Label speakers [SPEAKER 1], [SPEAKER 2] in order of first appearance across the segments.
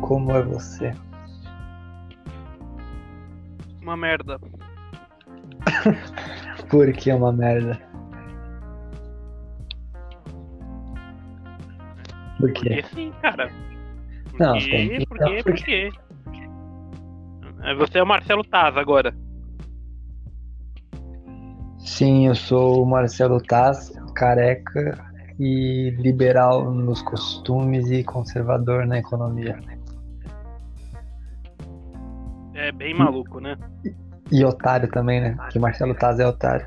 [SPEAKER 1] como é você?
[SPEAKER 2] Uma merda.
[SPEAKER 1] Porque é uma merda. Por
[SPEAKER 2] Porque
[SPEAKER 1] quê?
[SPEAKER 2] sim, assim, cara.
[SPEAKER 1] É. Não,
[SPEAKER 2] Porque,
[SPEAKER 1] tem que dar
[SPEAKER 2] porque,
[SPEAKER 1] por
[SPEAKER 2] porque. É, Você é o Marcelo Taz agora.
[SPEAKER 1] Sim, eu sou o Marcelo Taz, careca e liberal nos costumes e conservador na economia.
[SPEAKER 2] É bem maluco, né?
[SPEAKER 1] E otário também, né? Que Marcelo Taz é otário.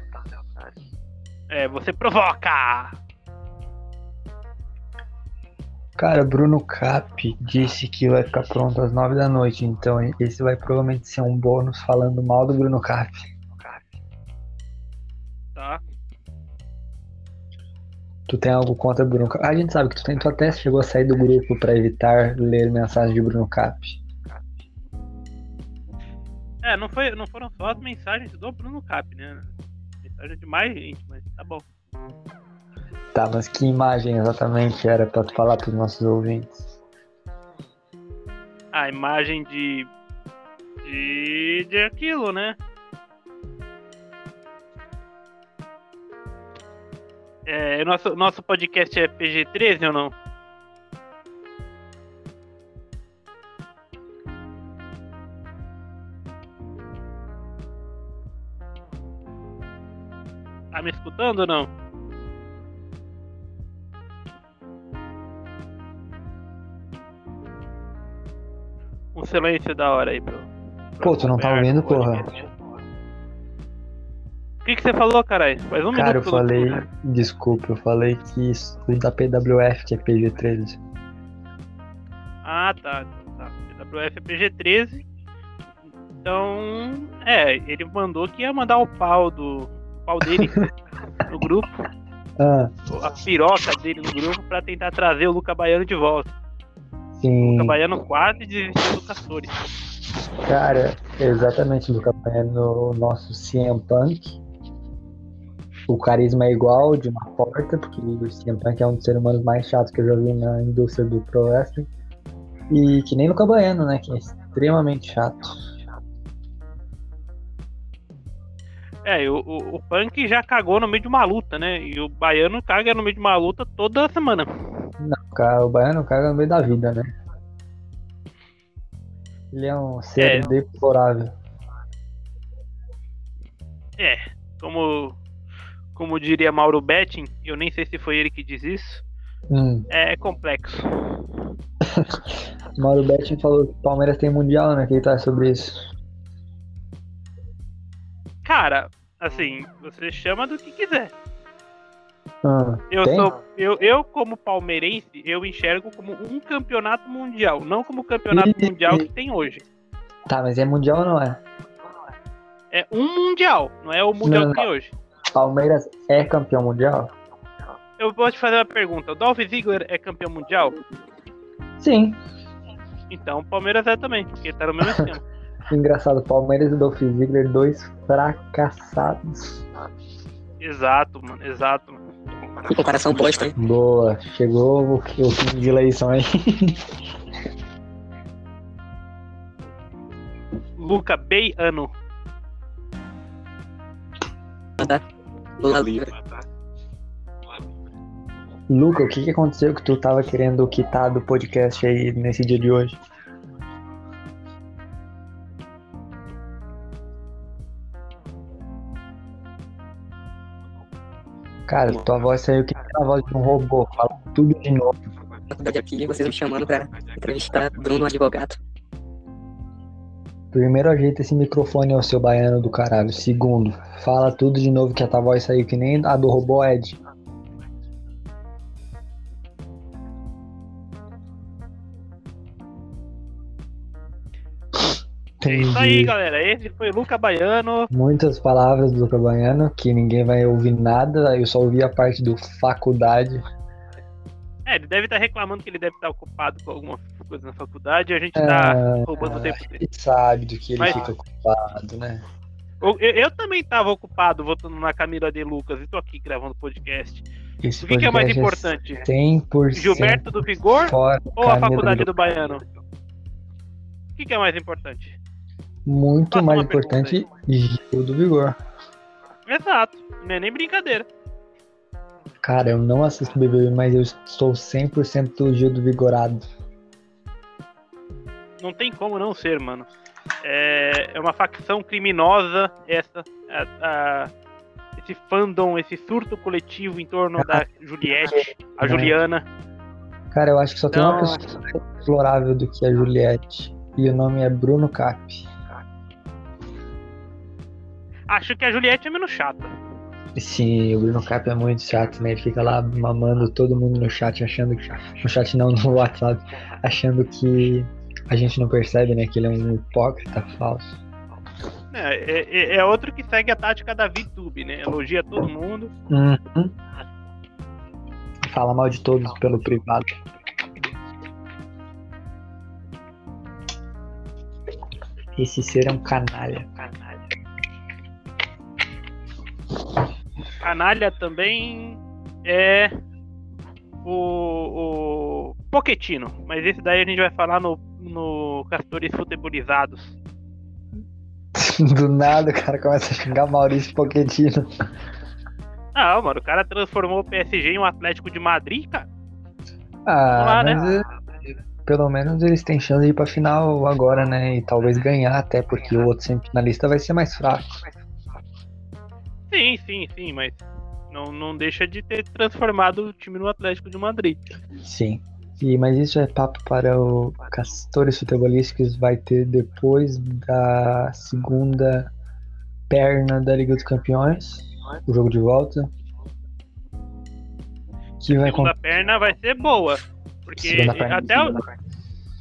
[SPEAKER 2] É, você provoca!
[SPEAKER 1] Cara, Bruno Cap disse que vai ficar pronto às nove da noite, então esse vai provavelmente ser um bônus falando mal do Bruno Cap.
[SPEAKER 2] Tá?
[SPEAKER 1] Tu tem algo contra Bruno Cap? A gente sabe que tu tem, tu até chegou a sair do grupo pra evitar ler mensagem de Bruno Cap.
[SPEAKER 2] É, não, foi, não foram só as mensagens do Bruno Cap, né? Mensagem de mais gente, mas tá bom.
[SPEAKER 1] Tá, mas que imagem exatamente era pra tu falar pros nossos ouvintes?
[SPEAKER 2] A imagem de. de. de aquilo, né? É, nosso, nosso podcast é PG-13 ou não? Tá me escutando ou não? Um silêncio da hora aí, pro.
[SPEAKER 1] Pô, tu não tá ouvindo, porra?
[SPEAKER 2] O que, que você falou, caralho? Faz um
[SPEAKER 1] Cara, eu
[SPEAKER 2] minuto. que não
[SPEAKER 1] falei,
[SPEAKER 2] escuto.
[SPEAKER 1] desculpa, eu falei que isso da PWF, que é PG13.
[SPEAKER 2] Ah, tá. então tá. PWF é PG-13. Então, é, ele mandou que ia mandar o pau do. O pau dele no grupo,
[SPEAKER 1] Ah,
[SPEAKER 2] a piroca dele no grupo, pra tentar trazer o Luca Baiano de volta. O
[SPEAKER 1] sim.
[SPEAKER 2] Luca Baiano quase desistiu do Castori.
[SPEAKER 1] Cara, exatamente, Luca Baiano, o nosso CM Punk. O carisma é igual de uma porta, porque o CM Punk é um dos seres humanos mais chatos que eu já vi na indústria do Pro Wrestling. E que nem Luca Baiano, né? Que é extremamente chato.
[SPEAKER 2] É, e o, o, o Punk já cagou no meio de uma luta, né? E o Baiano caga no meio de uma luta toda semana.
[SPEAKER 1] Não, cara, o Baiano caga no meio da vida, né? Ele é um ser
[SPEAKER 2] É.
[SPEAKER 1] deplorável.
[SPEAKER 2] Como, como diria Mauro Betting, eu nem sei se foi ele que diz isso,
[SPEAKER 1] Hum.
[SPEAKER 2] é complexo.
[SPEAKER 1] Mauro Betting falou que o Palmeiras tem mundial, né? Que tá sobre isso.
[SPEAKER 2] Cara, assim, você chama do que quiser.
[SPEAKER 1] Ah,
[SPEAKER 2] Eu
[SPEAKER 1] tem?
[SPEAKER 2] sou. Eu, eu, como palmeirense, eu enxergo como um campeonato mundial, não como o campeonato
[SPEAKER 1] Ih.
[SPEAKER 2] mundial que tem hoje.
[SPEAKER 1] Tá, mas é mundial ou não é?
[SPEAKER 2] É um mundial, não é o mundial
[SPEAKER 1] Não,
[SPEAKER 2] que tem hoje.
[SPEAKER 1] Palmeiras é campeão mundial?
[SPEAKER 2] Eu vou te fazer uma pergunta. O Dolph Ziggler é campeão mundial?
[SPEAKER 1] Sim.
[SPEAKER 2] Então o Palmeiras é também, porque tá no mesmo esquema.
[SPEAKER 1] Engraçado, Palmeiras e Dolph Ziggler, dois fracassados.
[SPEAKER 2] Exato, mano, exato. mano.
[SPEAKER 3] Comparação bosta, hein?
[SPEAKER 1] Boa, chegou o que- o fim de eleição aí.
[SPEAKER 2] Luca Beiano.
[SPEAKER 3] Lula livre.
[SPEAKER 1] Luca, o que, que aconteceu que tu tava querendo quitar do podcast aí nesse dia de hoje? Cara, tua voz saiu que nem a voz de um robô. Fala tudo de novo.
[SPEAKER 3] Faculdade aqui, vocês me chamando pra entrevistar Bruno, advogado.
[SPEAKER 1] Primeiro, ajeita esse microfone ao seu baiano do caralho. Segundo, fala tudo de novo que a tua voz saiu que nem a do robô Ed.
[SPEAKER 2] É isso aí, galera. Esse foi Luca Baiano.
[SPEAKER 1] Muitas palavras do Luca Baiano, que ninguém vai ouvir nada, eu só ouvi a parte do faculdade.
[SPEAKER 2] É, ele deve estar reclamando que ele deve estar ocupado com alguma coisa na faculdade e a gente
[SPEAKER 1] É,
[SPEAKER 2] tá roubando o tempo dele.
[SPEAKER 1] ele sabe do que ele
[SPEAKER 2] Mas-
[SPEAKER 1] fica ocupado, né?
[SPEAKER 2] Eu, eu- eu também tava ocupado votando na Camila de Lucas e tô aqui gravando podcast.
[SPEAKER 1] Esse
[SPEAKER 2] O que, que é mais
[SPEAKER 1] podcast
[SPEAKER 2] importante?
[SPEAKER 1] é 100%
[SPEAKER 2] Gilberto do Vigor
[SPEAKER 1] fora
[SPEAKER 2] ou a
[SPEAKER 1] Camila
[SPEAKER 2] Faculdade
[SPEAKER 1] do-
[SPEAKER 2] do Baiano? que, que é mais importante?
[SPEAKER 1] Muito
[SPEAKER 2] Faça
[SPEAKER 1] mais
[SPEAKER 2] uma pergunta
[SPEAKER 1] importante, Gil do Vigor.
[SPEAKER 2] Exato, não é nem brincadeira.
[SPEAKER 1] Cara, eu não assisto BBB, mas eu estou 100% do Gil do Vigorado.
[SPEAKER 2] Não tem como não ser, mano. É, é uma facção criminosa essa. a- a- esse fandom, esse surto coletivo em torno da Juliette, a Juliana.
[SPEAKER 1] Cara, eu acho que só tem uma
[SPEAKER 2] Não, é
[SPEAKER 1] pessoa mais explorável do que a Juliette. E o nome é Bruno Cap.
[SPEAKER 2] Acho que a Juliette é menos chata.
[SPEAKER 1] Sim, o Bruno Cap é muito chato, né? Ele fica lá mamando todo mundo no chat, achando que. No chat não, no WhatsApp, achando que a gente não percebe, né? Que ele é um hipócrita falso.
[SPEAKER 2] É, é- é- é outro que segue a tática da VTube, né? Elogia todo mundo.
[SPEAKER 1] Uhum. Fala mal de todos pelo privado. Esse ser é um canalha.
[SPEAKER 2] Canalha também é o, o Poquetino, mas esse daí a gente vai falar no, no Castores Futebolizados.
[SPEAKER 1] Do nada o cara começa a xingar Maurício Pochettino.
[SPEAKER 2] Ah, mano, o cara transformou o PSG em um Atlético de Madrid, cara.
[SPEAKER 1] Ah,
[SPEAKER 2] Vamos lá, né?
[SPEAKER 1] mas eh, pelo menos eles têm chance de ir pra final agora, né? E talvez ganhar até, porque o outro semifinalista vai ser mais fraco.
[SPEAKER 2] Sim, sim, sim, mas não, não deixa de ter transformado o time no Atlético de Madrid.
[SPEAKER 1] Sim. E, mas isso é papo para o Castores Futebolísticos, vai ter depois da segunda perna da Liga dos Campeões, o jogo de volta. Que vai
[SPEAKER 2] Segunda
[SPEAKER 1] contar.
[SPEAKER 2] perna vai ser boa. Porque
[SPEAKER 1] Né, Segunda perna.
[SPEAKER 2] até, o,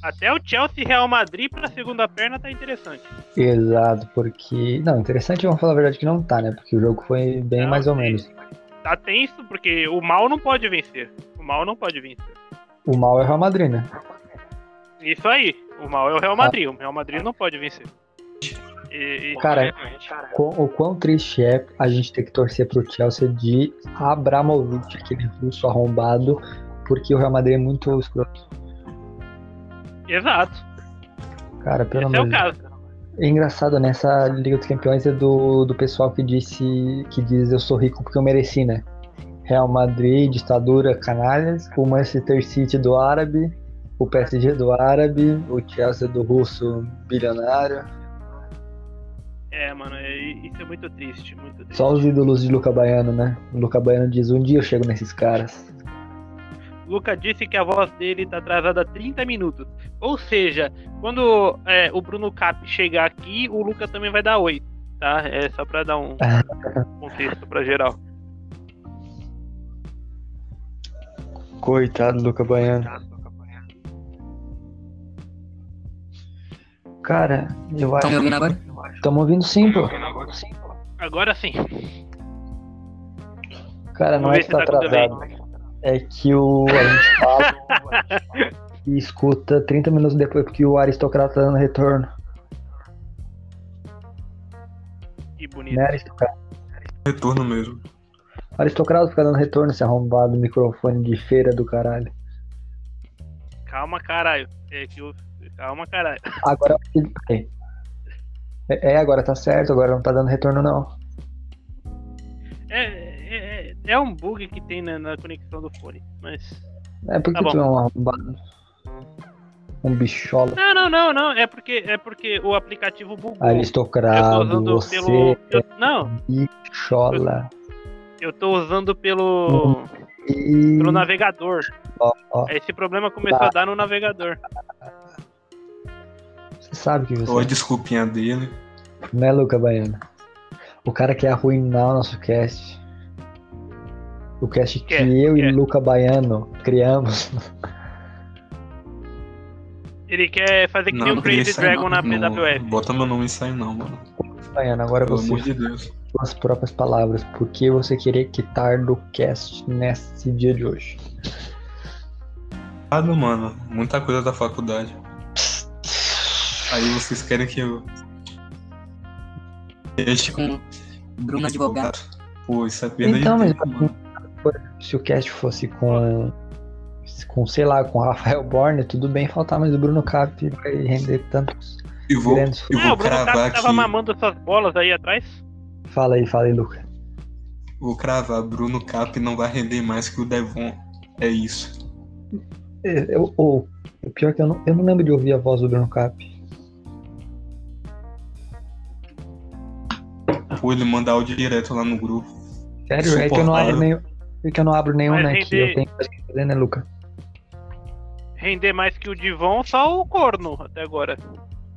[SPEAKER 2] até o Chelsea e Real Madrid pra segunda perna tá interessante.
[SPEAKER 1] Exato, porque. Não, interessante, vamos falar a verdade que não tá, né? Porque o jogo foi bem
[SPEAKER 2] Não,
[SPEAKER 1] mais ou
[SPEAKER 2] sim.
[SPEAKER 1] menos.
[SPEAKER 2] Tá tenso, porque o mal não pode vencer. O mal não pode vencer.
[SPEAKER 1] O mal é o Real Madrid, né?
[SPEAKER 2] Isso aí. O mal é o Real Madrid. O Real Madrid não pode vencer. E- e-
[SPEAKER 1] Cara, Quão- o quão triste é a gente ter que torcer pro Chelsea de Abramovic, aquele russo arrombado, porque o Real Madrid é muito escroto.
[SPEAKER 2] Exato.
[SPEAKER 1] Cara, pelo
[SPEAKER 2] Esse é
[SPEAKER 1] amor
[SPEAKER 2] o
[SPEAKER 1] de Deus.
[SPEAKER 2] caso.
[SPEAKER 1] É engraçado, né? Essa Liga dos Campeões é do, do pessoal que disse que diz eu sou rico porque eu mereci, né? Real Madrid, ditadura, canalhas, o Manchester City do árabe, o PSG do árabe, o Chelsea do russo bilionário.
[SPEAKER 2] É, mano, é- isso é muito triste, muito triste.
[SPEAKER 1] Só os ídolos de Luca Baiano, né? O Luca Baiano diz, um dia eu chego nesses caras.
[SPEAKER 2] Luca disse que a voz dele tá atrasada há 30 minutos. Ou seja, quando é, o Bruno Cap chegar aqui, o Luca também vai dar oi. Tá? É só pra dar um contexto pra geral.
[SPEAKER 1] Coitado do Luca Baiano. Cara, eu acho.
[SPEAKER 3] Estão Tá me ouvindo agora?
[SPEAKER 1] Estamos ouvindo sim, pô.
[SPEAKER 2] Agora sim.
[SPEAKER 1] Cara, não é
[SPEAKER 2] Vamos ver
[SPEAKER 1] que
[SPEAKER 2] se
[SPEAKER 1] tá
[SPEAKER 2] tá tudo bem.
[SPEAKER 1] atrasado. É que o, a gente fala e escuta 30 minutos depois porque o aristocrata tá dando retorno.
[SPEAKER 2] Que bonito.
[SPEAKER 1] Né, aristocrata?
[SPEAKER 4] Retorno mesmo.
[SPEAKER 1] O aristocrata fica dando retorno, se arrombado, microfone de feira do caralho.
[SPEAKER 2] Calma, caralho. É que eu... Calma, caralho.
[SPEAKER 1] Agora. ok. É, é, agora tá certo, agora não tá dando retorno, não.
[SPEAKER 2] É, é, é- é um bug que tem na, na conexão do fone. Mas.
[SPEAKER 1] É porque
[SPEAKER 2] Tá bom.
[SPEAKER 1] tu é um arrombado. Um bichola.
[SPEAKER 2] Não, não, não, não. É porque, é porque o aplicativo bugou. eu tô
[SPEAKER 1] Aristocrata,
[SPEAKER 2] usando
[SPEAKER 1] você é um
[SPEAKER 2] pelo. eu- não,
[SPEAKER 1] bichola.
[SPEAKER 2] eu tô usando
[SPEAKER 1] Hum.
[SPEAKER 2] pelo.
[SPEAKER 1] E...
[SPEAKER 2] pelo navegador.
[SPEAKER 1] Hum. Ó, ó. Tá.
[SPEAKER 2] Esse problema começou a dar no navegador.
[SPEAKER 1] Você sabe que você
[SPEAKER 4] Ou a desculpinha dele.
[SPEAKER 1] Né, Luca Baiano? O cara quer arruinar o nosso cast. O cast que
[SPEAKER 2] Quer,
[SPEAKER 1] eu e
[SPEAKER 2] quer.
[SPEAKER 1] Luca Baiano criamos.
[SPEAKER 2] Ele quer fazer que nem o
[SPEAKER 4] queria
[SPEAKER 2] Crazy
[SPEAKER 4] sair,
[SPEAKER 2] Dragon na
[SPEAKER 4] não.
[SPEAKER 2] PWF.
[SPEAKER 4] Bota meu nome e sai não, mano.
[SPEAKER 1] Baiano, agora
[SPEAKER 4] Pelo
[SPEAKER 1] você
[SPEAKER 4] amor de Deus.
[SPEAKER 1] suas próprias palavras. Por que você querer quitar do cast nesse dia de hoje?
[SPEAKER 4] Ah, não, mano. Muita coisa da faculdade. Aí vocês querem que eu. Deixe
[SPEAKER 3] Com Bruno advogado.
[SPEAKER 4] Pô, isso é perda
[SPEAKER 1] Então,
[SPEAKER 4] de
[SPEAKER 1] mas-
[SPEAKER 4] tempo, mano.
[SPEAKER 1] Se o cast fosse com com, sei lá, com o Rafael Borne, tudo bem faltar, mas o Bruno Cap vai render tantos
[SPEAKER 4] Eu vou,
[SPEAKER 1] grandes
[SPEAKER 4] eu
[SPEAKER 2] Ah,
[SPEAKER 4] vou
[SPEAKER 2] o Bruno
[SPEAKER 4] cravar
[SPEAKER 2] Carlos
[SPEAKER 4] aqui.
[SPEAKER 2] tava mamando essas bolas aí atrás.
[SPEAKER 1] Fala aí, fala aí, Luca.
[SPEAKER 4] Vou cravar. Bruno Cap não vai render mais que o Devon. É isso.
[SPEAKER 1] É, Eu, ou, o pior é que eu não, eu não lembro de ouvir a voz do Bruno Cap.
[SPEAKER 4] Pô, ele manda áudio direto lá no grupo.
[SPEAKER 1] Sério, é que eu não abro nenhum. É que eu não abro nenhum,
[SPEAKER 2] Mas
[SPEAKER 1] né? Que eu
[SPEAKER 2] render-
[SPEAKER 1] tenho que fazer, né, Luca?
[SPEAKER 2] Render mais que o Divon, só o corno até agora.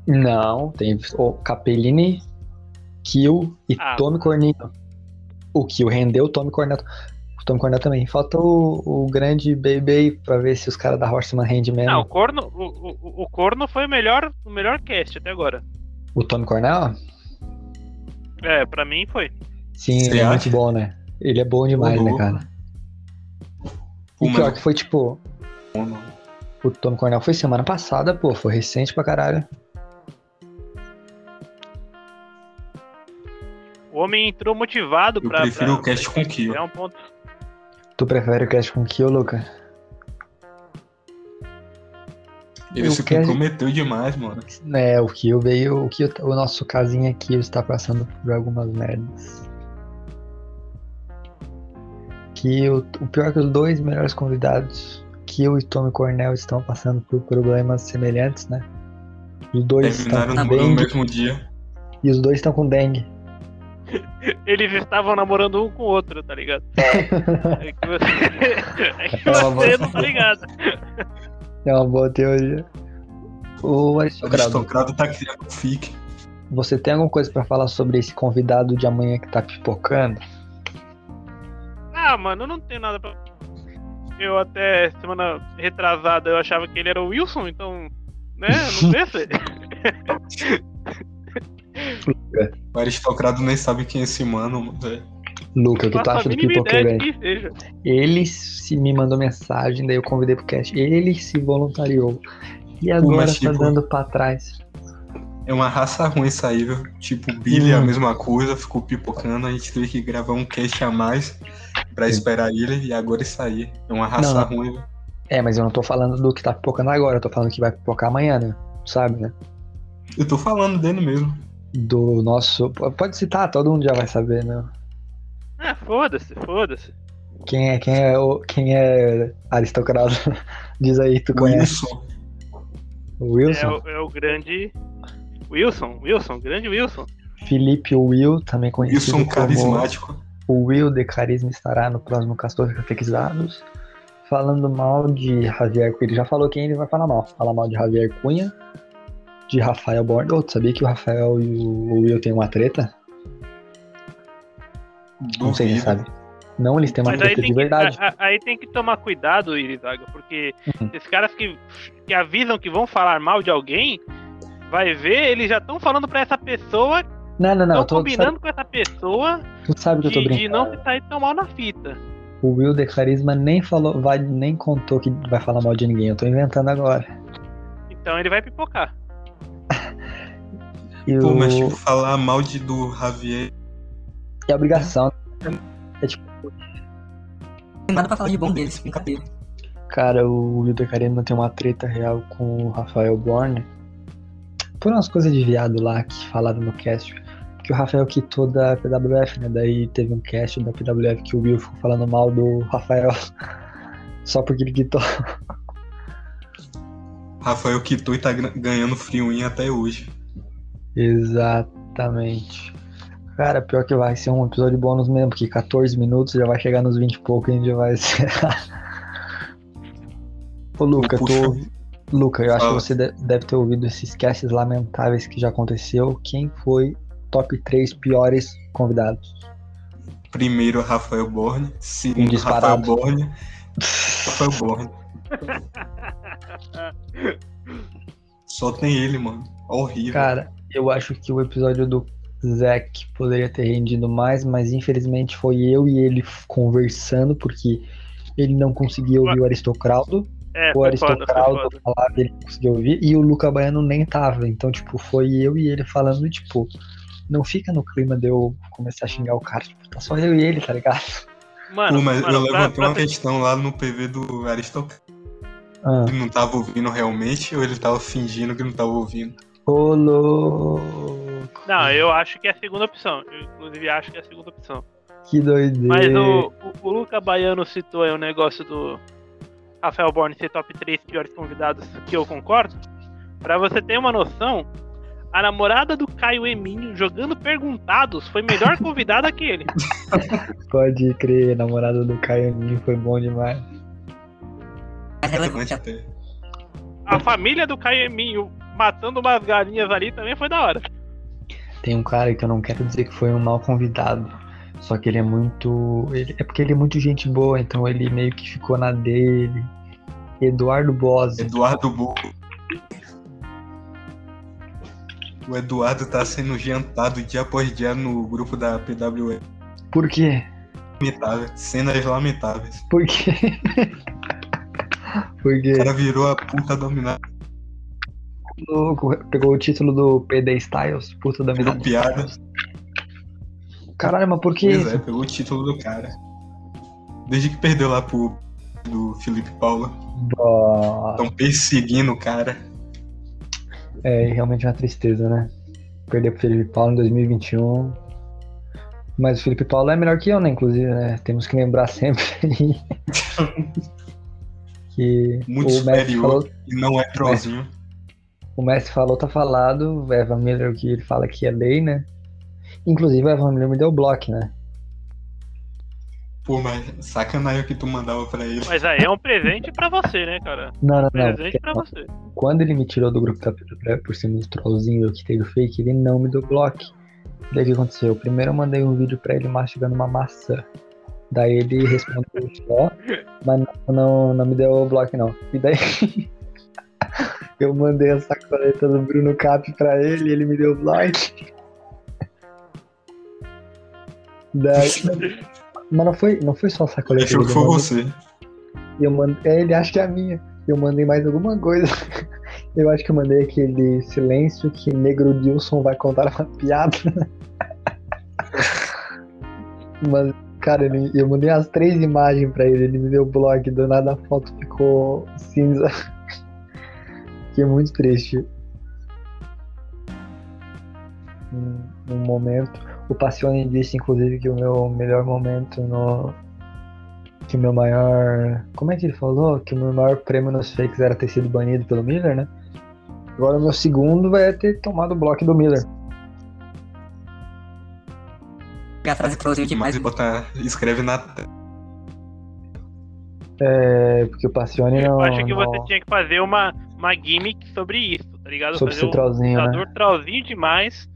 [SPEAKER 1] Não, tem o Capellini, Kill e
[SPEAKER 2] Ah.
[SPEAKER 1] Tommy Cornetto. O Kill rendeu o Tommy Cornetto. O Tommy Cornetto também. Falta o, o grande BB pra ver se os caras da Horseman rendem mesmo.
[SPEAKER 2] Não, o corno, o, o, o corno foi o melhor, o melhor cast até agora.
[SPEAKER 1] O Tommy Cornell?
[SPEAKER 2] É, pra mim foi.
[SPEAKER 1] Sim,
[SPEAKER 4] Você
[SPEAKER 1] ele é
[SPEAKER 4] acha?
[SPEAKER 1] muito bom, né? Ele é bom demais,
[SPEAKER 4] Ô,
[SPEAKER 1] né,
[SPEAKER 4] louco.
[SPEAKER 1] cara?
[SPEAKER 4] Pô,
[SPEAKER 1] O pior
[SPEAKER 4] mas
[SPEAKER 1] que foi, tipo,
[SPEAKER 4] o Conan-
[SPEAKER 1] o Tommy Cornell foi semana passada, pô, foi recente pra caralho.
[SPEAKER 2] O homem entrou motivado
[SPEAKER 4] Eu
[SPEAKER 2] pra.
[SPEAKER 4] prefiro
[SPEAKER 2] pra-
[SPEAKER 4] o cast com Kill.
[SPEAKER 2] É um ponto.
[SPEAKER 1] Tu prefere o cast com Kill, Luca?
[SPEAKER 4] Ele
[SPEAKER 1] eu
[SPEAKER 4] se
[SPEAKER 1] quero-
[SPEAKER 4] comprometeu demais, mano.
[SPEAKER 1] É, o Kill veio. O, Kill, o nosso casinho aqui está passando por algumas merdas. Que o, o pior é que os dois melhores convidados, Kill e Tommy Cornell, estão passando por problemas semelhantes, né? Os dois estão
[SPEAKER 4] Terminaram
[SPEAKER 1] com
[SPEAKER 4] no
[SPEAKER 1] dengue
[SPEAKER 4] mesmo dia.
[SPEAKER 1] e os dois estão com dengue.
[SPEAKER 2] Eles estavam namorando um com o outro, tá ligado? É que você, é que
[SPEAKER 1] É uma boa-
[SPEAKER 2] você não tá ligado.
[SPEAKER 1] É uma boa teoria. Ô,
[SPEAKER 4] O
[SPEAKER 1] Aristocrado,
[SPEAKER 4] aristocrata tá criando fique.
[SPEAKER 1] você tem alguma coisa pra falar sobre esse convidado de amanhã que tá pipocando?
[SPEAKER 2] Ah, mano, eu não tenho nada pra. Eu até semana retrasada eu achava que ele era o Wilson, então. Né? Não sei se.
[SPEAKER 1] Então
[SPEAKER 4] O aristocrata nem sabe quem é esse mano, mano. É, velho.
[SPEAKER 1] Luca, o tá que é. tu
[SPEAKER 2] Faço a
[SPEAKER 1] acha do
[SPEAKER 2] mínima
[SPEAKER 1] pipoqueiro
[SPEAKER 2] ideia
[SPEAKER 1] aí?
[SPEAKER 2] de quem seja.
[SPEAKER 1] Ele se me mandou mensagem, daí eu convidei pro cast. Ele se voluntariou. E
[SPEAKER 4] Pô,
[SPEAKER 1] agora
[SPEAKER 4] mas,
[SPEAKER 1] tá
[SPEAKER 4] tipo,
[SPEAKER 1] dando pra trás.
[SPEAKER 4] É uma raça ruim isso aí, viu? Tipo, Billy é a
[SPEAKER 1] Hum.
[SPEAKER 4] mesma coisa, ficou pipocando. A gente teve que gravar um cast a mais pra esperar ele e agora isso aí. É uma raça
[SPEAKER 1] Não.
[SPEAKER 4] ruim, velho.
[SPEAKER 1] É, mas eu não tô falando do que tá pipocando agora, eu tô falando que vai pipocar amanhã, né? Tu Sabe, né?
[SPEAKER 4] Eu tô falando dele mesmo.
[SPEAKER 1] Do nosso. Pode citar, todo mundo já vai saber, né?
[SPEAKER 2] Ah, foda-se, foda-se.
[SPEAKER 1] Quem é, quem é, o- quem é aristocrata? Diz aí, tu conhece.
[SPEAKER 4] Wilson.
[SPEAKER 1] O
[SPEAKER 2] É,
[SPEAKER 1] Wilson?
[SPEAKER 2] o- é o grande. Wilson, Wilson, grande Wilson.
[SPEAKER 1] Felipe Will, também é conhecido
[SPEAKER 4] Wilson
[SPEAKER 1] como
[SPEAKER 4] carismático.
[SPEAKER 1] O Will de Carisma estará no próximo Castor Catequizados. Falando mal de Javier Cunha. Ele já falou quem ele vai falar mal. Fala mal de Javier Cunha, de Rafael Borne. Ô, tu sabia que o Rafael e o Will têm uma treta? Não sei se
[SPEAKER 4] Duvido.
[SPEAKER 1] sabe. Não, eles têm uma
[SPEAKER 2] Mas aí
[SPEAKER 1] treta
[SPEAKER 2] tem,
[SPEAKER 1] de
[SPEAKER 2] que,
[SPEAKER 1] verdade.
[SPEAKER 2] a- a- aí tem que tomar cuidado, Irizaga, porque
[SPEAKER 1] Uhum.
[SPEAKER 2] esses caras que, que avisam que vão falar mal de alguém, vai ver, eles já estão falando pra essa pessoa,
[SPEAKER 1] Não, não, não.
[SPEAKER 2] estão
[SPEAKER 1] eu tô-
[SPEAKER 2] combinando com essa pessoa
[SPEAKER 1] sabe- tu sabe que eu tô
[SPEAKER 2] de, de
[SPEAKER 1] brincando.
[SPEAKER 2] não sair tão mal na fita.
[SPEAKER 1] O Will de Carisma nem falou, vai, nem contou que vai falar mal de ninguém. Eu tô inventando agora.
[SPEAKER 2] Então ele vai pipocar.
[SPEAKER 1] E,
[SPEAKER 4] Pô,
[SPEAKER 1] o-
[SPEAKER 4] mas tipo, falar mal de, do Javier.
[SPEAKER 1] e a obrigação,
[SPEAKER 3] Não tem nada pra falar de bom deles, brincadeira.
[SPEAKER 1] Cara, o Wilder Carino tem uma treta real com o Rafael Borne. Por umas coisas de viado lá que falaram no cast. Que o Rafael quitou da PWF, né? Daí teve um cast da PWF que o Will ficou falando mal do Rafael. Só porque ele quitou.
[SPEAKER 4] Rafael quitou e tá gra- ganhando friuinha até hoje.
[SPEAKER 1] Exatamente. Cara, pior que vai ser um episódio bônus mesmo, porque 14 minutos já vai chegar nos 20 e pouco e a gente já vai encerrar. Ô, Luca,
[SPEAKER 4] Pô,
[SPEAKER 1] tu
[SPEAKER 4] puxa.
[SPEAKER 1] Luca, eu acho que
[SPEAKER 4] Fala.
[SPEAKER 1] você de- deve ter ouvido esses casts lamentáveis que já aconteceu. Quem foi top 3 piores convidados?
[SPEAKER 4] Primeiro, Rafael Borne.
[SPEAKER 1] Um
[SPEAKER 4] Segundo,
[SPEAKER 1] disparado.
[SPEAKER 4] Rafael Borne. Rafael Borne. Só tem ele, mano. Horrível.
[SPEAKER 1] Cara, eu acho que o episódio do Zack poderia ter rendido mais, mas infelizmente foi eu e ele f- conversando, porque ele não conseguia ouvir o Aristocraldo.
[SPEAKER 2] É,
[SPEAKER 1] o
[SPEAKER 2] foi foda, foi foda.
[SPEAKER 1] Aristocraldo falava, ele não conseguia ouvir, e o Luca Baiano nem tava. Então, tipo, foi eu e ele falando, e, tipo, não fica no clima de eu começar a xingar o cara, tipo, tá só eu e ele, tá ligado?
[SPEAKER 4] Pô,
[SPEAKER 2] Mano,
[SPEAKER 4] Uh, mas
[SPEAKER 2] mano,
[SPEAKER 4] eu
[SPEAKER 2] pra-
[SPEAKER 4] levantei
[SPEAKER 2] pra-
[SPEAKER 4] uma questão lá no PV do Aristocrata.
[SPEAKER 1] Ah.
[SPEAKER 4] Ele não tava ouvindo realmente ou ele tava fingindo que não tava ouvindo?
[SPEAKER 1] Ô, louco.
[SPEAKER 2] Não, eu acho que é a segunda opção. Eu, inclusive, acho que é a segunda opção.
[SPEAKER 1] Que doideira.
[SPEAKER 2] Mas o, o, o Luca Baiano citou aí o negócio do Rafael Borne ser top 3 piores convidados, que eu concordo. Pra você ter uma noção, a namorada do Caio Eminho jogando perguntados foi melhor convidada que ele.
[SPEAKER 1] Pode crer, namorada do Caio Ninho foi bom demais.
[SPEAKER 3] Mas ela
[SPEAKER 4] Vai te ter.
[SPEAKER 2] A família do Caio Eminho matando umas galinhas ali também foi da hora.
[SPEAKER 1] Tem um cara que eu não quero dizer que foi um mau convidado. Só que ele é muito. ele- é porque ele é muito gente boa, então ele meio que ficou na dele. Eduardo Bose.
[SPEAKER 4] Eduardo Bo... O Eduardo tá sendo jantado dia após dia no grupo da PWE.
[SPEAKER 1] Por quê?
[SPEAKER 4] Lamentável. Cenas lamentáveis.
[SPEAKER 1] Por quê? Por
[SPEAKER 4] O
[SPEAKER 1] quê?
[SPEAKER 4] cara virou a puta dominada.
[SPEAKER 1] Louco, Pegou o título do PD Styles, puta da vida.
[SPEAKER 4] Virou piada.
[SPEAKER 1] Caralho, mas por que
[SPEAKER 4] Pois
[SPEAKER 1] isso?
[SPEAKER 4] é, pegou o título do cara. Desde que perdeu lá pro do Felipe Paula.
[SPEAKER 1] Bó,
[SPEAKER 4] Estão perseguindo o cara.
[SPEAKER 1] É realmente uma tristeza, né? Perder pro Felipe Paulo em 2021. Mas o Felipe Paulo é melhor que eu, né? Inclusive, né? Temos que lembrar sempre aí que
[SPEAKER 4] Muito
[SPEAKER 1] o Messi
[SPEAKER 4] superior.
[SPEAKER 1] falou,
[SPEAKER 4] E não é trollzinho.
[SPEAKER 1] o Messi falou, tá falado. O Evan Miller, o que ele fala que é lei, né? Inclusive, o Evan Miller me deu bloco, né?
[SPEAKER 4] Pô, mas sacanagem que tu mandava pra ele.
[SPEAKER 2] Mas aí é um presente pra você, né, cara?
[SPEAKER 1] Não, não, não.
[SPEAKER 2] Presente pra você.
[SPEAKER 1] quando ele me tirou do grupo da PWE por cima do trollzinho que teve o fake, ele não me deu bloco. Daí o que aconteceu? Primeiro eu mandei um vídeo pra ele mastigando uma maçã. Daí ele respondeu só, mas não, não, não me deu o bloco não. E daí eu mandei a sacoleta do Bruno Cap pra ele, ele me deu o bloco. Daí, mas não foi, não foi só a sacoleta.
[SPEAKER 4] Achou que
[SPEAKER 1] ele
[SPEAKER 4] foi
[SPEAKER 1] mandou-
[SPEAKER 4] você.
[SPEAKER 1] e Eu mandei, é, ele acha que é a minha. Eu mandei mais alguma coisa. Eu acho que eu mandei aquele silêncio que Negro Dilson vai contar uma piada. Mas, cara, ele- eu mandei as três imagens pra ele. Ele me deu o blog, do nada a foto ficou cinza. Fiquei muito triste. Um, um momento. O Passione disse, inclusive, que o meu melhor momento no, que o meu maior. Como é que ele falou? Que o meu maior prêmio nos fakes era ter sido banido pelo Miller, né? Agora o meu segundo vai ter tomado o bloco do Miller.
[SPEAKER 3] pegar a frase trollzinho demais.
[SPEAKER 4] Mas e botar. Escreve na tá tela.
[SPEAKER 1] É, porque o Passione não.
[SPEAKER 2] Eu acho
[SPEAKER 1] não-
[SPEAKER 2] que você tinha que fazer uma, uma gimmick sobre isso, tá ligado?
[SPEAKER 1] Sobre
[SPEAKER 2] fazer
[SPEAKER 1] esse trollzinho, né?
[SPEAKER 2] computador trollzinho demais,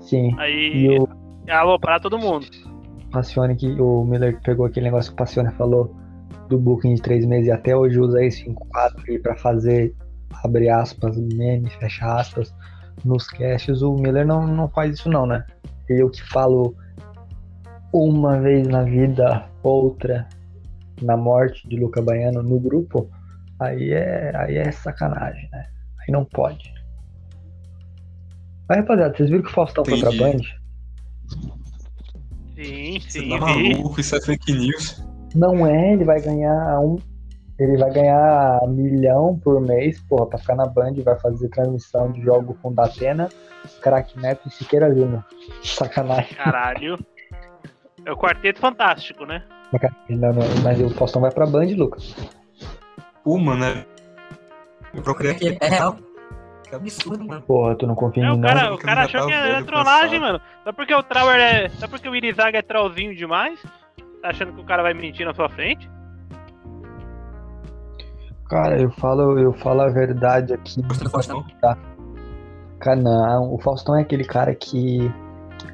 [SPEAKER 1] Sim. E
[SPEAKER 2] aí
[SPEAKER 1] o
[SPEAKER 2] aloprar todo mundo.
[SPEAKER 1] Passione que. O Miller que pegou aquele negócio que o Passione falou do booking de três meses e até hoje usa isso em quatro aí pra fazer, abre aspas, meme, fecha aspas, nos caches. O Miller não, não faz isso não, né? Eu que falo uma vez na vida, outra na morte de Luca Baiano no grupo, aí é, aí é sacanagem, né? Aí não pode. Mas rapaziada, vocês viram que o Faustão foi pra
[SPEAKER 4] Entendi.
[SPEAKER 1] Band?
[SPEAKER 2] Sim,
[SPEAKER 4] Você
[SPEAKER 2] sim.
[SPEAKER 4] tá
[SPEAKER 2] vi.
[SPEAKER 4] maluco, isso é fake news.
[SPEAKER 1] Não é, ele vai ganhar um. Ele vai ganhar milhão por mês, porra, pra ficar na Band, vai fazer transmissão de jogo com Datena, Crack Neto e Siqueira Júnior. Sacanagem.
[SPEAKER 2] Caralho. É o quarteto fantástico, né?
[SPEAKER 1] Não, não, mas o Faustão vai pra Band, Lucas.
[SPEAKER 4] Pô, mano, é. Eu procurei aqui.
[SPEAKER 3] É real. Que absurdo, mano.
[SPEAKER 1] Porra, tu não confia
[SPEAKER 2] É,
[SPEAKER 1] em mim,
[SPEAKER 2] o
[SPEAKER 1] não?
[SPEAKER 2] cara, o
[SPEAKER 4] porque
[SPEAKER 2] cara
[SPEAKER 4] eu já
[SPEAKER 2] achou que
[SPEAKER 4] tava
[SPEAKER 2] era
[SPEAKER 4] velho,
[SPEAKER 2] trollagem,
[SPEAKER 4] cansado.
[SPEAKER 2] mano. Só porque o Trauer é. Só porque o Irizaga é trollzinho demais. Tá achando que o cara vai mentir na sua frente?
[SPEAKER 1] Cara, eu falo, eu falo a verdade aqui.
[SPEAKER 3] Gostou do Faustão?
[SPEAKER 1] Cara, não, o Faustão é aquele cara que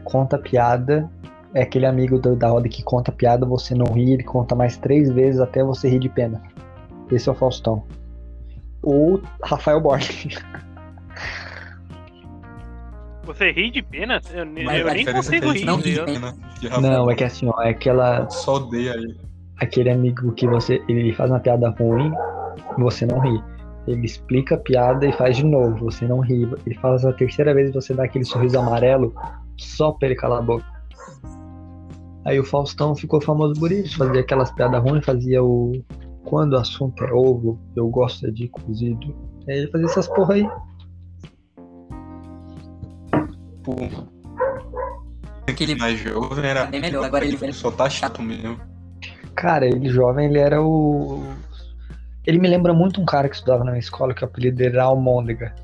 [SPEAKER 1] conta piada, é aquele amigo do- da roda que conta piada, você não ri, ele conta mais três vezes até você rir de pena. Esse é o Faustão. Ou Rafael Borges.
[SPEAKER 2] Você ri de pena? Eu, ne-
[SPEAKER 3] Mas
[SPEAKER 2] eu
[SPEAKER 3] a
[SPEAKER 2] nem
[SPEAKER 4] diferença
[SPEAKER 2] consigo
[SPEAKER 4] é que
[SPEAKER 2] rir.
[SPEAKER 4] a
[SPEAKER 3] não
[SPEAKER 4] gente
[SPEAKER 2] entendeu?
[SPEAKER 3] ri.
[SPEAKER 4] tem, né, de Rafa.
[SPEAKER 1] Não, é que assim, ó, é aquela,
[SPEAKER 4] Só odeia ele.
[SPEAKER 1] aquele amigo que você, ele faz uma piada ruim, você não ri. Ele explica a piada e faz de novo, você não ri. Ele faz a terceira vez e você dá aquele sorriso amarelo só pra ele calar a boca. Aí o Faustão ficou famoso por isso, fazia aquelas piadas ruins, fazia o quando o assunto é ovo, eu gosto é de cozido. É ele fazer essas porra aí.
[SPEAKER 4] Pô. Aquele mais jovem era.
[SPEAKER 3] é Bem melhor, agora ele vai-
[SPEAKER 4] Só tá chato mesmo.
[SPEAKER 1] Cara, ele jovem, ele era o. Ele me lembra muito um cara que estudava na minha escola, que é o apelido dele era Almôndega.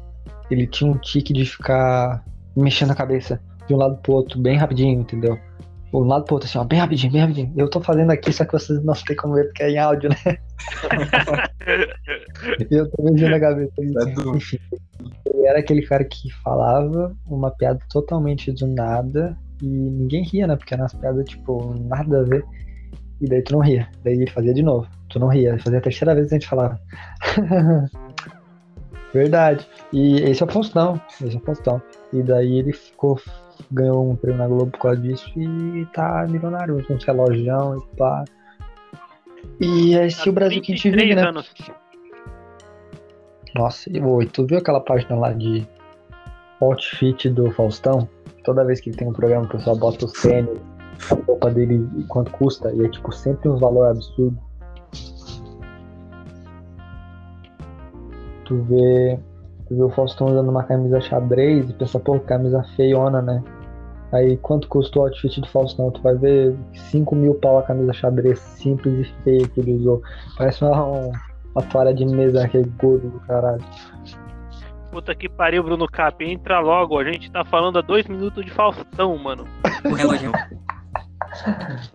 [SPEAKER 1] Ele tinha um tique de ficar mexendo a cabeça de um lado pro outro, bem rapidinho, entendeu? De um lado pro outro, assim, ó, bem rapidinho, bem rapidinho. Eu tô fazendo aqui, só que vocês não tem como ver porque é em áudio, né? Eu tô mexendo a cabeça.
[SPEAKER 4] Edu.
[SPEAKER 1] Enfim, ele era aquele cara que falava uma piada totalmente do nada e ninguém ria, né? Porque eram umas piadas, tipo, nada a ver. E daí tu não ria. Daí ele fazia de novo. Tu não ria. Ele fazia a terceira vez que a gente falava. Verdade. E esse é o Faustão. Esse é o Faustão. E daí ele ficou. Ganhou um prêmio na Globo por causa disso e tá milionário, com uns relojão e pá. E é esse
[SPEAKER 2] Há
[SPEAKER 1] o Brasil que a gente vive,
[SPEAKER 2] 33
[SPEAKER 1] né?
[SPEAKER 2] anos.
[SPEAKER 1] Nossa, e ô, e tu viu aquela página lá de outfit do Faustão? Toda vez que ele tem um programa, o pessoal bota o tênis, a roupa dele e quanto custa, e é tipo sempre um valor absurdo. Tu vê, tu vê o Faustão usando uma camisa xadrez e pensa, pô, que camisa feiona, né? Aí quanto custa o outfit do Faustão? Tu vai ver 5 mil pau a camisa xadrez simples e feia que ele usou. Parece uma, um, a toalha de mesa, aquele gordo do caralho.
[SPEAKER 2] Puta que pariu, Bruno Cap. Entra logo. A gente tá falando há dois minutos de Faustão, mano.
[SPEAKER 3] O relógio.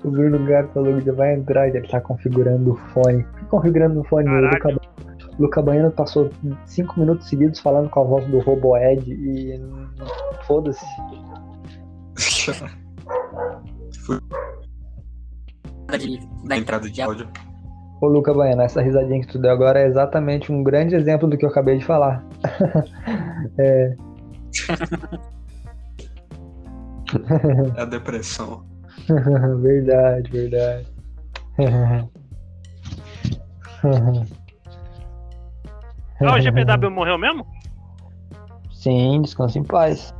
[SPEAKER 1] O Bruno Gato falou que já vai entrar, ele tá configurando o fone. Por que configurando o fone? O
[SPEAKER 2] Caralho.
[SPEAKER 1] Luca, Ba- Luca Baiano passou cinco minutos seguidos falando com a voz do Roboed e. hum, Foda-se.
[SPEAKER 3] da, de,
[SPEAKER 4] Na
[SPEAKER 3] da
[SPEAKER 4] entrada de áudio.
[SPEAKER 1] Ô Luca Baiano, essa risadinha que tu deu agora é exatamente um grande exemplo do que eu acabei de falar.
[SPEAKER 4] É a depressão.
[SPEAKER 1] verdade, verdade. É.
[SPEAKER 2] Ah, o GPW morreu mesmo?
[SPEAKER 1] Sim, descansa em paz.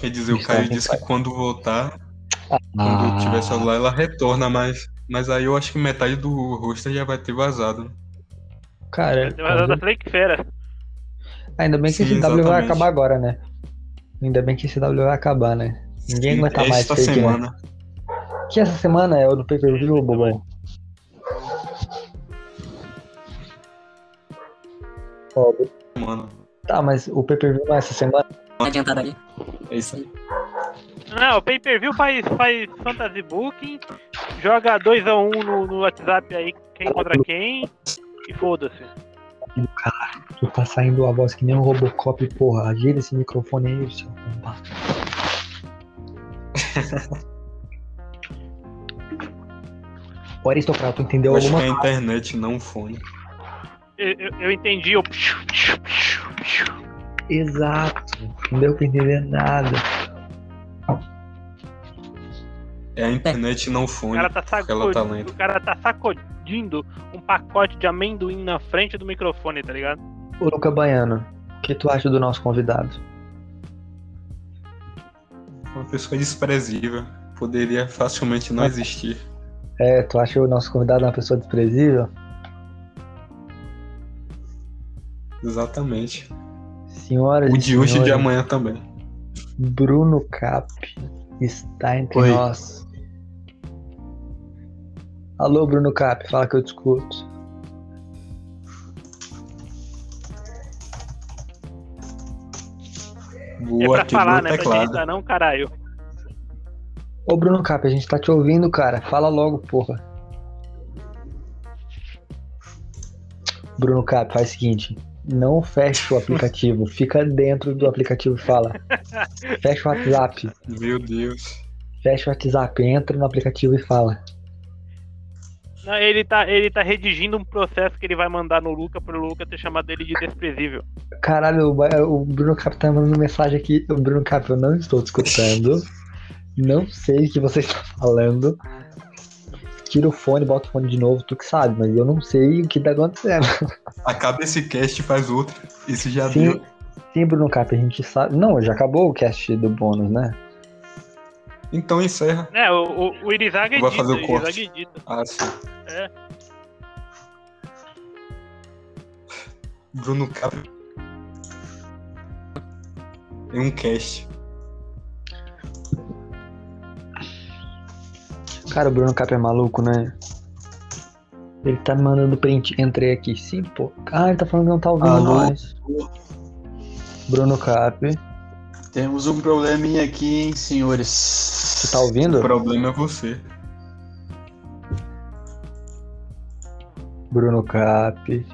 [SPEAKER 4] Quer dizer, o
[SPEAKER 1] Está
[SPEAKER 4] Caio
[SPEAKER 1] sem
[SPEAKER 4] disse que quando voltar, quando
[SPEAKER 1] Ah.
[SPEAKER 4] tiver celular, ela retorna, mas. Mas aí eu acho que metade do roster já vai ter vazado.
[SPEAKER 1] Cara,
[SPEAKER 2] Tem mais nada da Flake Fera.
[SPEAKER 1] Ainda bem que
[SPEAKER 4] Sim,
[SPEAKER 1] esse W vai
[SPEAKER 4] exatamente.
[SPEAKER 1] acabar agora, né? Ainda bem que esse W vai acabar, né? Ninguém
[SPEAKER 4] E
[SPEAKER 1] aguenta mais
[SPEAKER 4] Esta
[SPEAKER 1] fake, né?
[SPEAKER 4] tá semana.
[SPEAKER 1] Que essa semana é o do pay per view, Bobão? Ó,
[SPEAKER 4] Mano.
[SPEAKER 1] Tá, mas o pay per view não é essa semana?
[SPEAKER 3] adiantada ali.
[SPEAKER 4] É isso aí.
[SPEAKER 2] Não, o Pay Per View faz, faz Fantasy Booking, joga 2x1 no, no WhatsApp aí, quem contra quem, e foda-se.
[SPEAKER 1] Tu tá saindo a voz que nem um Robocop, porra. Agira esse microfone aí, seu pomba. Ô, Aristocrata, entendeu
[SPEAKER 4] Eu acho que
[SPEAKER 1] alguma
[SPEAKER 4] é a internet, não o fone.
[SPEAKER 2] Eu, eu- eu entendi, eu... psiu, psiu, psiu, psiu.
[SPEAKER 1] Exato. Não deu pra entender nada.
[SPEAKER 4] É a internet, não o
[SPEAKER 2] O
[SPEAKER 4] fone.
[SPEAKER 2] cara tá
[SPEAKER 4] Aquela
[SPEAKER 2] sacudindo,
[SPEAKER 4] talento.
[SPEAKER 2] o cara tá sacudindo um pacote de amendoim na frente do microfone, tá ligado?
[SPEAKER 1] Ô, Luca Baiano, o que tu acha do nosso convidado?
[SPEAKER 4] Uma pessoa desprezível. Poderia facilmente não existir.
[SPEAKER 1] É, tu acha o nosso convidado uma pessoa desprezível?
[SPEAKER 4] Exatamente.
[SPEAKER 1] Senhoras
[SPEAKER 4] O
[SPEAKER 1] e
[SPEAKER 4] de hoje e de
[SPEAKER 1] senhores,
[SPEAKER 4] amanhã também.
[SPEAKER 1] Bruno Cap está entre
[SPEAKER 4] Oi.
[SPEAKER 1] nós. Alô, Bruno Cap, fala que eu te escuto.
[SPEAKER 4] Boa
[SPEAKER 2] é pra
[SPEAKER 4] aqui no
[SPEAKER 2] falar, né? Pra
[SPEAKER 4] teclado.
[SPEAKER 2] digitar não, caralho.
[SPEAKER 1] Ô, Bruno Cap, a gente tá te ouvindo, cara. Fala logo, porra. Bruno Cap, faz o seguinte. Não fecha o aplicativo. Fica dentro do aplicativo e fala. Fecha o WhatsApp.
[SPEAKER 4] Meu Deus.
[SPEAKER 1] Fecha o WhatsApp. Entra no aplicativo e fala.
[SPEAKER 2] Não, ele, tá, ele tá redigindo um processo que ele vai mandar no Luca pro Luca ter chamado ele de desprezível.
[SPEAKER 1] Caralho, o Ba- o Bruno Cap tá mandando mensagem aqui. O Bruno Cap, eu não estou te escutando. Não sei o que você está falando. Tira o fone, bota o fone de novo, tu que sabe, mas eu não sei o que tá acontecendo.
[SPEAKER 4] Acaba esse cast e faz outro. Esse já
[SPEAKER 1] Sim,
[SPEAKER 4] deu.
[SPEAKER 1] sim, Bruno Cap, a gente sabe. Não, já acabou o cast do bônus, né?
[SPEAKER 4] Então encerra.
[SPEAKER 2] É, o, o, o Irizaga
[SPEAKER 4] Vai
[SPEAKER 2] edita,
[SPEAKER 4] fazer o
[SPEAKER 2] Irizaga é
[SPEAKER 4] corte.
[SPEAKER 2] edita.
[SPEAKER 4] Ah, sim. Bruno Capri em um cast.
[SPEAKER 1] Cara, o Bruno Cap é maluco, né? Ele tá me mandando print. Entrei aqui. Sim, pô. Ah, ele tá falando que não tá ouvindo
[SPEAKER 5] Ah, não.
[SPEAKER 1] nós. Bruno Cap.
[SPEAKER 5] Temos um probleminha aqui, hein, senhores.
[SPEAKER 1] Você tá ouvindo?
[SPEAKER 4] O problema é você.
[SPEAKER 1] Bruno Cap.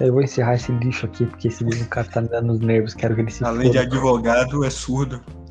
[SPEAKER 1] Eu vou encerrar esse lixo aqui, porque esse Bruno Cap tá me dando nos nervos. Quero que ele se
[SPEAKER 4] Além de
[SPEAKER 1] foda.
[SPEAKER 4] advogado, é surdo.